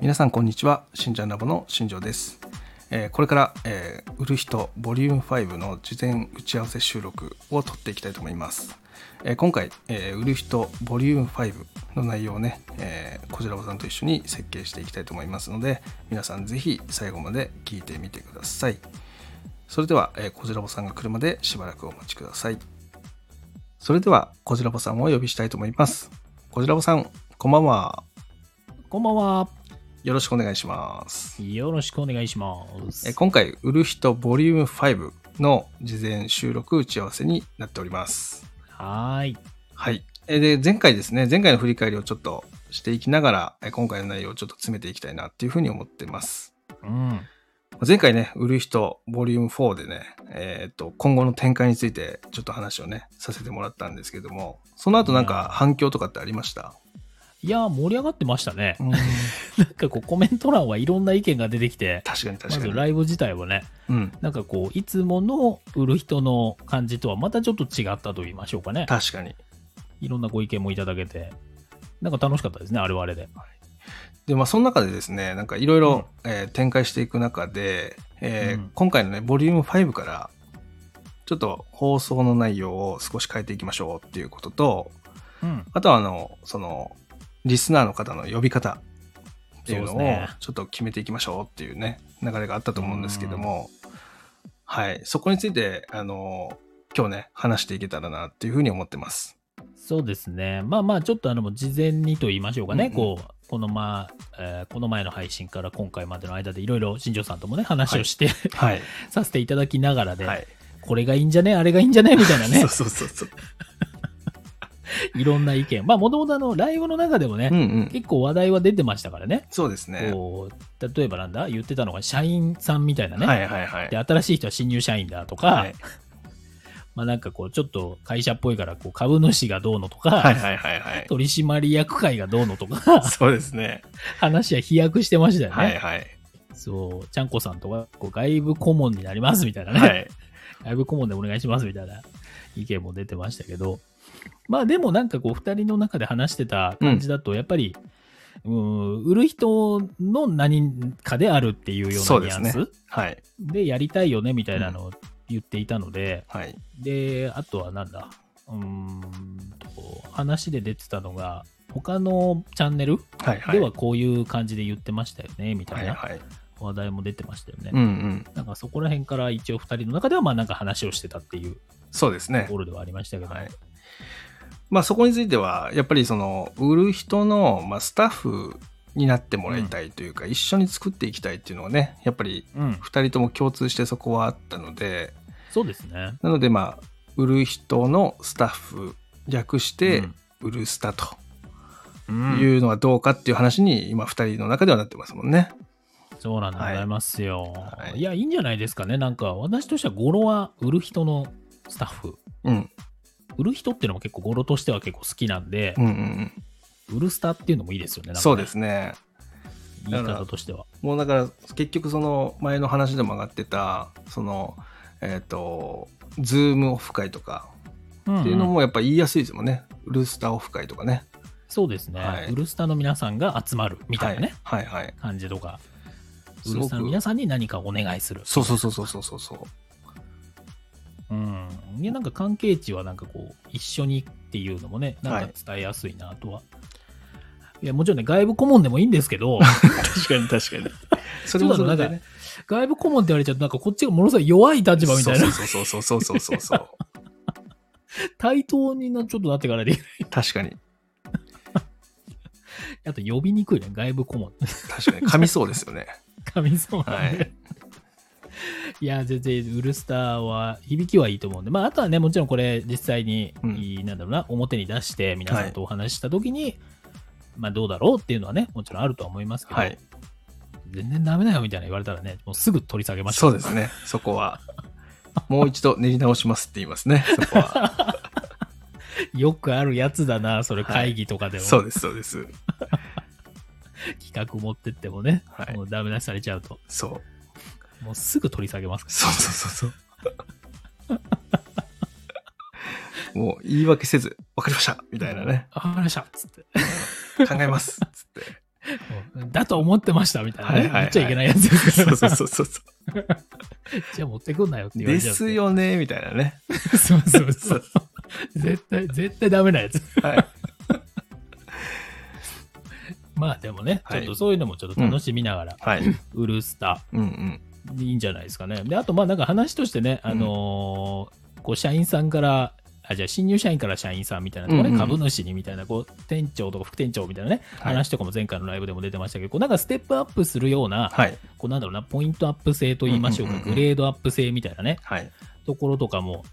皆さんこんにちは信者ラボの新庄です、えーこれから、えー売る人ボリューム5の事前打ち合わせ収録を撮っていきたいと思います、えー今回、えー売る人ボリューム5の内容をね、えー、こちらぼさんと一緒に設計していきたいと思いますので皆さんぜひ最後まで聞いてみてくださいそれでは、えー、こちらぼさんが来るまでしばらくお待ちくださいそれではこちらぼさんをお呼びしたいと思いますこちらぼさんこんばんはこんばんは。よろしくお願いしますよろしくお願いします。えー今回、売る人ボリューム5の事前収録打ち合わせになっております。はーい。はい。えーで、前回ですね、前回の振り返りをちょっとしていきながら、えー今回の内容をちょっと詰めていきたいなっていうふうに思ってます。うん。前回ね、売る人ボリューム4でね、えーっと、今後の展開についてちょっと話をね、させてもらったんですけども、その後なんか反響とかってありました、いやー、盛り上がってまし たね。うんなんかこう、コメント欄はいろんな意見が出てきて、確かにま確かずに。ライブ自体はね、うん。なんかこう、いつもの売る人の感じとはまたちょっと違ったと言いましょうかね。確かに。いろんなご意見もいただけて、なんか楽しかったですね、あれはあれで。で、まあ、その中でですね、なんかいろいろえー展開していく中で、えーうん今回のね、ボリューム5から、ちょっと放送の内容を少し変えていきましょうっていうことと、うん。あとは、あの、その、リスナーの方の呼び方っていうのそうをですねちょっと決めていきましょうっていうね、流れがあったと思うんですけども、はい、そこについて、あの、今日ね、話していけたらなっていうふうに思ってます。そうですね。まあまあ、ちょっとあの、事前にと言いましょうかうね、んうんこう、このまあ、えーこの前の配信から今回までの間でいろいろ新庄さんともね、話をして、 はい。させていただきながらで、はい。これがいいんじゃねあれがいいんじゃねみたいなね そう、そうそうそう。いろんな意見。まあ、もともとあの、ライブの中でもね、うんうん。結構話題は出てましたからね。そうですね。こう、例えばなんだ言ってたのが、社員さんみたいなね。はいはいはいで、。新しい人は新入社員だとか、はいまあなんかこう、ちょっと会社っぽいから、こう、株主がどうのとか、はいはいはいはい。取締役会がどうのとか、 そうですね。話は飛躍してましたよね。はいはい。そう、ちゃんこさんとか、こう外部顧問になりますみたいなね。はい。ライブ顧問でお願いしますみたいな意見も出てましたけど、まあでもなんかこう、2人の中で話してた感じだと、やっぱり、うん、売る人の何かであるっていうようそなうでニュアすンねスで,、はい。やりたいよねみたいなのを言っていたので、はい。で、あとはなんだ、うーんと、話で出てたのが、他のチャンネルはいはい。ではこういう感じで言ってましたよね、みたはいいなはい。話題も出てましたよね。うんうん。なんかそこら辺から一応2人の中ではまあなんか話をしてたっていうそうですとねこ。ろではありましたけど、はい。まあそこについては、やっぱりその、売る人の、まあ、スタッフになってもらいたいというか、一緒に作っていきたいっていうのはね、やっぱりうん、二人とも共通してそこはあったので、そうですね。なのでまあ、売る人のスタッフ、略してうん、売るスタとうんいうのはどうかっていう話に、今二人の中ではなってますもんね。そうなんでございますよ、はいい。や、いいんじゃないですかね。なんか私としては語呂は売る人のスタッフ。うん。売る人っていうのも結構語呂としては結構好きなんでう、んうんうん。売るスタっていうのもいいですよね。なんかねそうですね。言い方としては。もうだから結局その前の話でも上がってたそのえっ、とズームオフ会とかっっていうのもやっぱ言いやすいですもんね、ウルスターオフ会とかねそうですね、はいウルスタの皆さんが集まるみたいなね、はいはいはい感じとか、ウすルごスタのく皆さんに何かお願いする。そうそうそうそうそうそうそううん、いやなんか関係値はなんかこう一緒にっていうのもねなんか伝えやすいなとは、い、やもちろんね外部顧問でもいいんです けど確かに確かに それれももそそれれででねね外部顧問って言われちゃうとなんかこっちがものすごい弱い立場みたいなそうそうそうそうそうそうそう対等になちょっとなってからで確かに あと呼びにくいね外部顧問確かに噛みそうですよね噛みそうなんで、、はい や全然ウルスターは響きはいいと思うんでまああとはねもちろんこれ実際に、うんなんだろうな表に出して皆さんとお話しした時に、まあどうだろうっていうのはねもちろんあるとは思いますけど、はい全然ダメだよみたいな言われたらね、もうすぐ取り下げましょそうう。ですねそこはもう一度練り直しますって言いますねそこは よくあるやつだな、それはい会議とかでも、そうですそうです企画持ってってもね、はいもうダメ出しされちゃうと、そうもうすぐ取り下げますかそうそうそうそう。もう言い訳せず、わかりましたみたいなね。ら。あ、わかりましたっつって。 考えますっつって。だと思ってましたみたいな、ねはいはいはい言っちゃいけないやつですかそうら。そうそうそうそう。じゃあ持ってくんなよって言わでれちゃう。す。よね、みたいなね。そうそうそう。絶対、絶対ダメなやつ。はい。まあでもね、ちはょいっとそういうのもちょっと楽しみながら、はい。ウルスタうんうん。ー、いいんじゃないですかね。で、あとまあなんか話としてね、あのーこう社員さんから、あじゃあ新入社員から社員さんみたいなとこうね、んうん株主にみたいな、こう店長とか副店長みたいなね、はい話とかも前回のライブでも出てましたけど、こうなんかステップアップするような、はい。こうなんだろうな、ポイントアップ制と言いましょうか、うんうんうんうんグレードアップ制みたいなね、はい。ところとかも、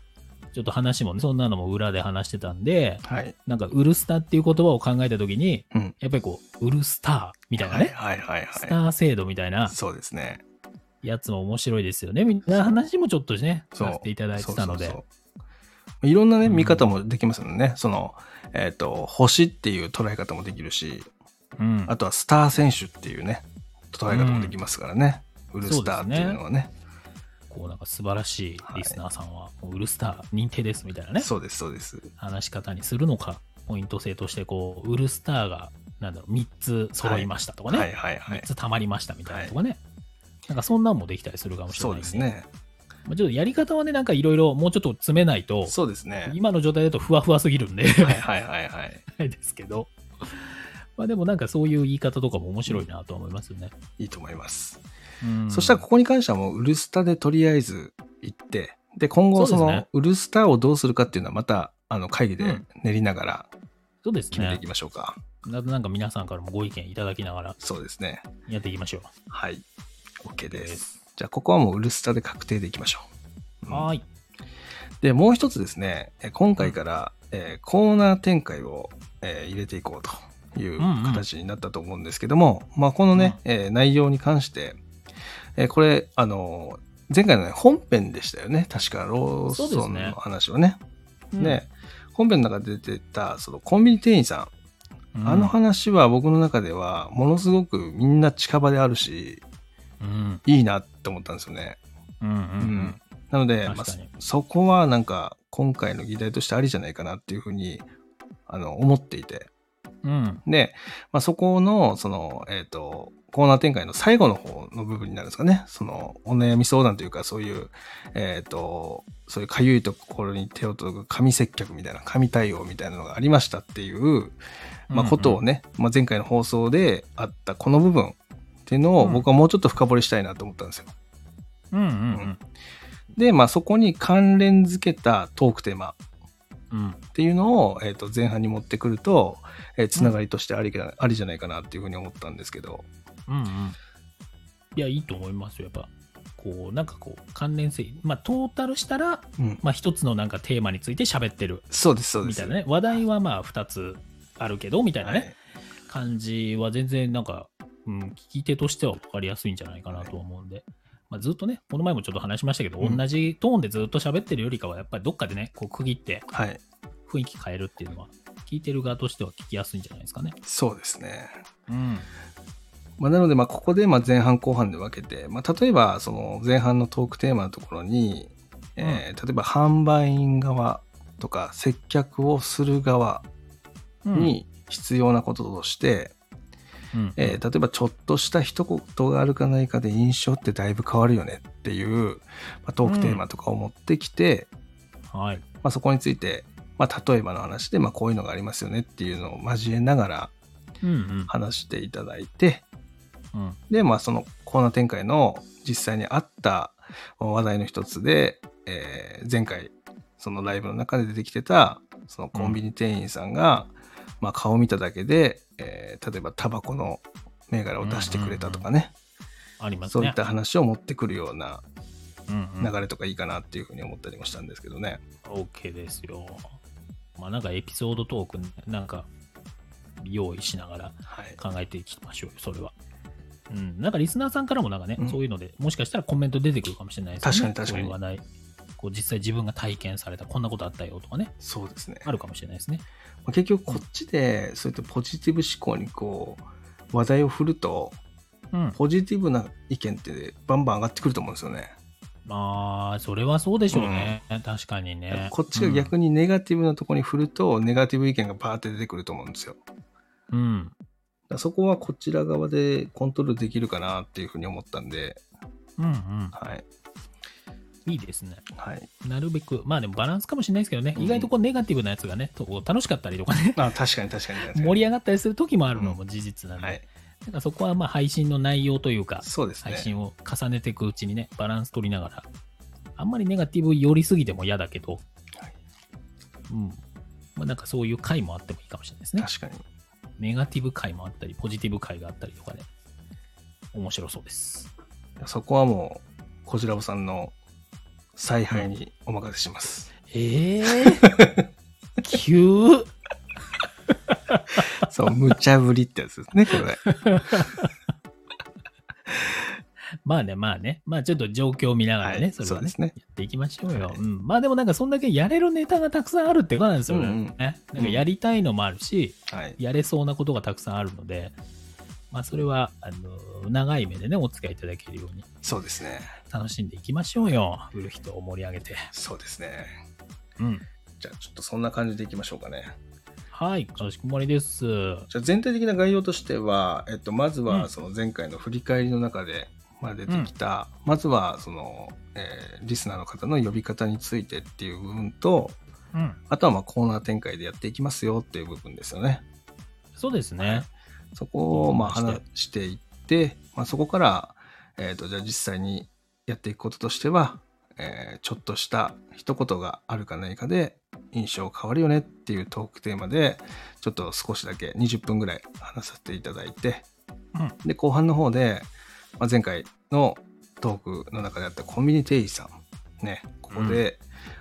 ちょっと話もね、そんなのも裏で話してたんで、はい。なんか、ウルスタっていう言葉を考えたときに、うん。やっぱりこう、ウルスターみたいなはいね、はいはいスは。ター制度みたいないそうですね。やつも面白いですよね、みたいな話もちょっとね、そうさせていただいてたので。そうそうそういろんなね、うん見方もできますよね。その、えっ、と、星っていう捉え方もできるし、うんあとはスター選手っていうね、捉え方もできますからね。ウルスターっていうのはね。こう、なんか素晴らしいリスナーさんは、もうウルスター認定ですみたいなね、そうです、そうです。話し方にするのか、ポイント制として、こう、ウルスターが、なんだろう、3つ揃いましたとかね、はいはいはい3。つ溜まりましたみたいなとかね、なんかそんなんもできたりするかもしれそなういんでですね。まあ、ちょっとやり方はね、なんかいろいろもうちょっと詰めないと、そうですね。今の状態だとふわふわすぎるんで、はいはいはいはい。ないですけど、まあでもなんかそういう言い方とかも面白いなとは思いますよね。いいと思います。うんそしたらここに関してはもうウルスタでとりあえず行って、で、今後そそうですのねウルスタをどうするかっていうのはまたあの会議うでん練りながらそうです決めていねき。ましょうか。ななんか皆さんからもご意見いただきながらそうですね。やっていきましょはい。OK で。ですじゃあここはもうウルスタで確定でいきましょう。う。うんはーい。で、もう一つですね、え今回から、えーコーナー展開を、えー入れていこうといううんうん形になったと思うんですけども、まあ、このね、えー内容に関して、えーこれ、あのー前回のね、本編でしたよね。確か、ローそうでソすンねの話はね。ね本編の中で出てた、そのコンビニ店員さ、うんん、あの話は僕の中では、ものすごくみんな近場であるし、うん、いいなって思ったんですよね。うん、うんなので、まあ確かに、そこはなんか今回の議題としてありじゃないかなっていうふうにあの思っていてうん、うん。で、まあ、そこのその、えー、とコーナー展開の最後の方の部分になるんですかねそのお悩み相談というかそういう、えー、とそういうかゆいところに手を届く紙接客みたいな紙対応みたいなのがありましたっていう、まあ、ことをね、まあ、前回の放送であったこの部分っていうのをうん僕はもうちょっと深掘りしたいなと思ったんですよ。うん、うん、うん、で、まあ、そこに関連付けたトークテーマうん、うん。っていうのを、えー、と前半に持ってくると、えーつながりとしてあり,、ありじゃないかなっていうふうに思ったんですけど、うんうん。いや、いいと思いますよ、やっぱ。こう、なんかこう、関連性、まあ、トータルしたら、うんまあ、一つのなんかテーマについて喋ってるそうですそうでみすたいなね、話題はまあ、二つあるけど、みたいなね、はい感じは全然なんか、うん、聞き手としては分かりやすいんじゃないかなとは思うんで。まあ、ずっとね、この前もちょっと話しましたけど、うん同じトーンでずっと喋ってるよりかは、やっぱりどっかでね、こう区切ってはい、雰囲気変えるっていうのは、聞いてる側としては聞きやすいんじゃないですかね。そうですね、うん。まあ、なのでまあここでまあ前半後半で分けて、まあ、例えばその前半のトークテーマのところに、えー例えば販売員側とか接客をする側に必要なこととして、うん、えー例えばちょっとした一言があるかないかで印象ってだいぶ変わるよねっていう、まあ、トークテーマとかを持ってきて、はい。まあ、そこについて、まあ、例えばの話で、まあ、こういうのがありますよねっていうのを交えながらうんうん話していただいてうん。で、まあ、そのコーナー展開の実際にあった話題の一つで、えー前回そのライブの中で出てきてたそのコンビニ店員さんが、まあ、顔見ただけで、えー例えばタバコの銘柄を出してくれたとかね、ありますそういねっ。た話を持ってくるようなうんうん流れとかいいかなっていうふうに思ったりもしたんですけどね。 OK ですよ。まあなんかエピソードトークねなんか用意しながらはい、考えていきましょうよ、それは。うん、なんかリスナーさんからもなんかね、うんそういうので、もしかしたらコメント出てくるかもしれないですね。確かに確かにこういう話題。こう実際自分が体験された、こんなことあったよとかね、そうですねあるかもしれないですね。まあ結局こっちでそうやってポジティブ思考にこう話題を振るとうん。ポジティブな意見ってバンバン上がってくると思うんですよね。まあ、それはそうでしょうね。確かにね。こっちが逆にネガティブなところに振るとネガティブ意見がバーって出てくると思うんですよ。うん。うん。らそこはこちら側でコントロールできるかなっていうふうに思ったんで、うんうん。はい。いいですね。はい。なるべく、まあでもバランスかもしれないですけどね、うん意外とこうネガティブなやつがね、とこう楽しかったりとかね、あ、確かに確かに確かに。盛り上がったりする時もあるのも事実なんで、はい。だからそこはまあ配信の内容というか、そうですね。配信を重ねていくうちにね、バランス取りながら、あんまりネガティブ寄りすぎても嫌だけど、はいうん。まあなんかそういう回もあってもいいかもしれないですね。確かに。ネガティブ回もあったり、ポジティブ回があったりとかで、面白そうです。そこはもう、こちらぼさんの采配にお任せします。ええー、 急そう、無茶ぶりってやつですね、こ れ。まあね、まあね。まあちょっと状況を見ながらね、はいそれそはうでねすね。やっていきましょうよ、はいうん。まあでもなんかそんだけやれるネタがたくさんあるってことなんですよね。うんうんねなんかやりたいのもあるし、はい。やれそうなことがたくさんあるので、まあそれは、あの、長い目でね、お付き合いいただけるようにそうですね。楽しんでいきましょうよ。売る人を盛り上げて。そうですね。うん。じゃあ、ちょっとそんな感じでいきましょうかね。はい、かしこまりです。じゃあ全体的な概要としては、えっと、まずうはんその前回の振り返りの中で、まあ、出てきた、まずはその、えーリスナーの方の呼び方についてっていう部分とうん。あとはまあコーナー展開でやっていきますよっていう部分ですよねそうですね。そこをまあそう話していって、まあ、そこから、えっとじゃあ実際にやっていくこととしては、えーちょっとした一言があるかないかで印象変わるよねっていうトークテーマでちょっと少しだけ20分ぐらい話させていただいてうん。で後半の方で、まあ、前回のトークの中であったコンビニ店員さんねここで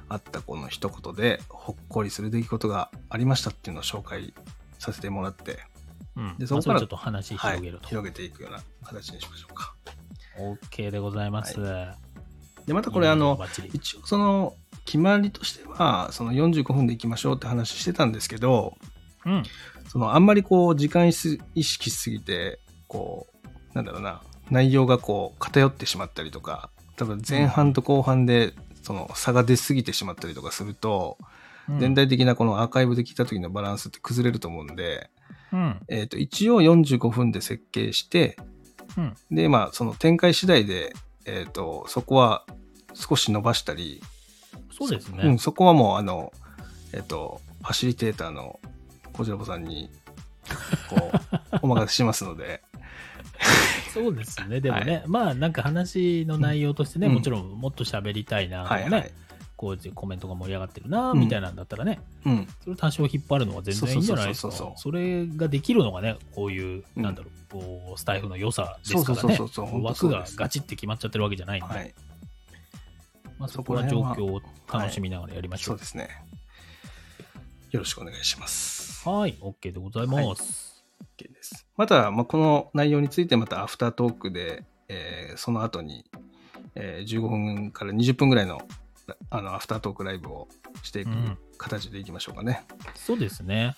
あったこの一言でほっこりする出来事がありましたっていうのを紹介させてもらって、うん。ででそそここかかららちょっと話はい広げると。広げていくような形にしましょうか OK でございます。でまたこれあのバッチリ一応その決まりとしてはその45分でいきましょうって話してたんですけどうん。そのあんまりこう時間意識意識しすぎてこうなんだろうな内容がこう偏ってしまったりとか多分前半と後半でその差が出すぎてしまったりとかすると、うん全体的なこのアーカイブで聞いた時のバランスって崩れると思うんで、うん。えー、と一応45分で設計してうん。でまあその展開次第で、えー、とそこは少し伸ばしたりそうですね。うん、そこはもうあのえっとファシリテーターのこじらぼさんにこ うお任せしますのでそうですね。でもね、はまあなんか話の内容としてね、うんもちろんもっと喋りたいなとかはね、いはい、こういうコメントが盛り上がってるなうんみたいなんだったらね、うん、それを多少引っ張るのは全然いいんじゃないですそうか。そうそうそうそれができるのがね、こういう、うんなんだろう、こうスタイフの良さでそうすそかうらそうねそ。うそう枠がガチチって決まっちゃってるわけじゃないんで、はいまあ、そそここらは辺状は況を楽しみながらやりましそょうう。ですねよろしくお願いしますはい、OK でございます。 OK ですまた、まあ、この内容についてまたアフタートークで、えーその後に、えー15分から20分ぐらいのあのアフタートークライブをしていくうん形でいきましょうかね、そうですね。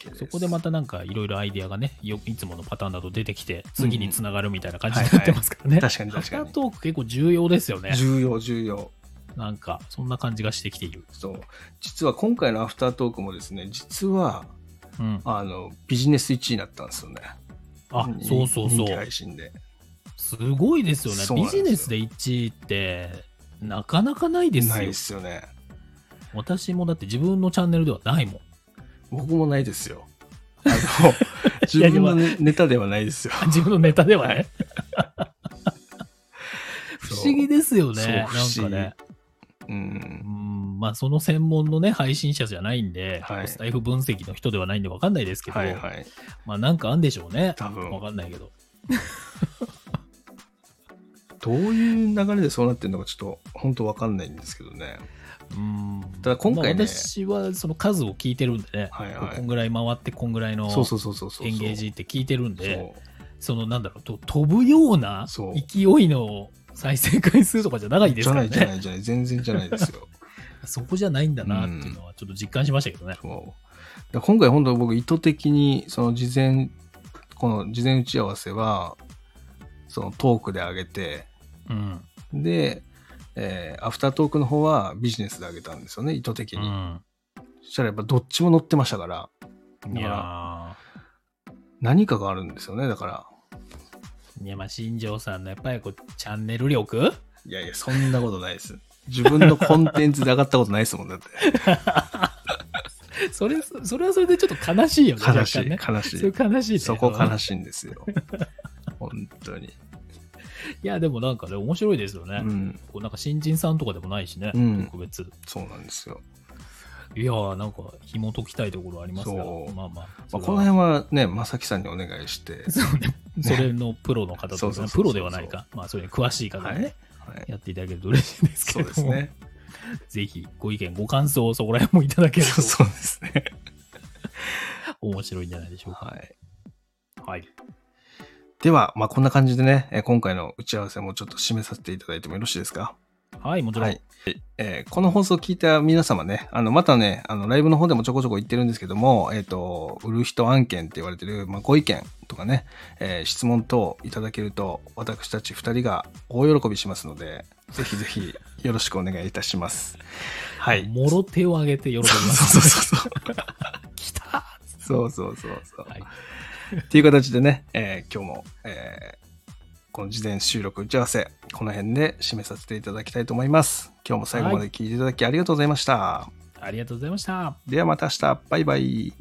OK ですそこでまたなんかいろいろアイディアがね、よいつものパターンだと出てきて、次につながるみたいな感じになってますからね。確かに確かアフタにートーク結構重要ですよね。重要重要なんか、そんな感じがしてきている。そう実は今回のアフタートークもですね実はうん。あのビジネス1位になったんですよねあ人、そうそうそ人気う。配信ですごいですよねそう。なんでビすよジネスで1位って、なかなかないですないよで。すよね私もだって自分のチャンネルではないもん。 僕もないですよあの自分のネタではないですよ自分のネタではね。不そう思議ですよそうね。不な思ん議かね。ううんんまあ、その専門のね、配信者じゃないんで、はいスタイフ分析の人ではないんで分かんないですけど、はいはいまあ、なんかあんでしょうね。多分分かんないけど。どういう流れでそうなってるのかちょっと本当わかんないんですけどねうんただ今回ねまあ私はその数を聞いてるんでね、はいはいこんぐらい回ってこんぐらいのそうそうそうそうそうエンゲージって聞いてるんで、そそうのなんだろうと、飛ぶようなそう勢いの再生回数とかじゃないでじすゃかならいじゃね。ないじゃない全然じゃないですよ そこじゃないんだなっていうのはちょっと実感しましたけどね。そうだから今回本当僕意図的にその事前この事前打ち合わせはそのトークで上げてうん。で、えーアフタートークの方はビジネスで上げたんですよね意図的うに、ん。そしたらやっぱどっちも乗ってましたからだかいやらー何かがあるんですよね、だから。いや、まあ、新庄さんのやっぱりこう、チャンネル力いやいや、そんなことないです。自分のコンテンツで上がったことないですもん、だって。それ、それはそれでちょっと悲しいよね。悲しい、若干ね悲し それい。悲しいねそこうん悲しいんですよ。本当に。いや、でもなんかね、面白いですよね。うん、こう なんか新人さんとかでもないしね、うん特別。そうなんですよ。いやー、なんか紐解きたいところありますがそう、まあまあ、まあ、それはこの辺はね、正樹さんにお願いして、そうね、それのプロの方そとうそうかそうね、そうプロではないか、まあ、それに詳しい方にね、はい、やっていただけると嬉しいですけそうれでどすも、ね。ぜひご意見、ご感想をそこら辺もいただ けるそうそとうですね。面白いんじゃないでしょうか。はい。はい。では、まあ、こんな感じでね、えー今回の打ち合わせもちょっと締めさせていただいてもよろしいですか。はい、もちろん。はいえーこの放送を聞いた皆様ね、あの、またね、あの、ライブの方でもちょこちょこ言ってるんですけども、えっ、と、売る人案件って言われてる、まあ、ご意見とかね、えー質問等いただけると、私たち二人が大喜びしますので、ぜひぜひよろしくお願いいたします。はい。もろ手を挙げて喜びま そうそうす。そうそう。 来たそうそうそうそう。はい。っていう形でね、えー今日も、えーこの事前収録打ち合わせ、この辺で締めさせていただきたいと思います。今日も最後まで聞いていただきありがとうございました。ありがとうございました。ではまた明日、バイバイ。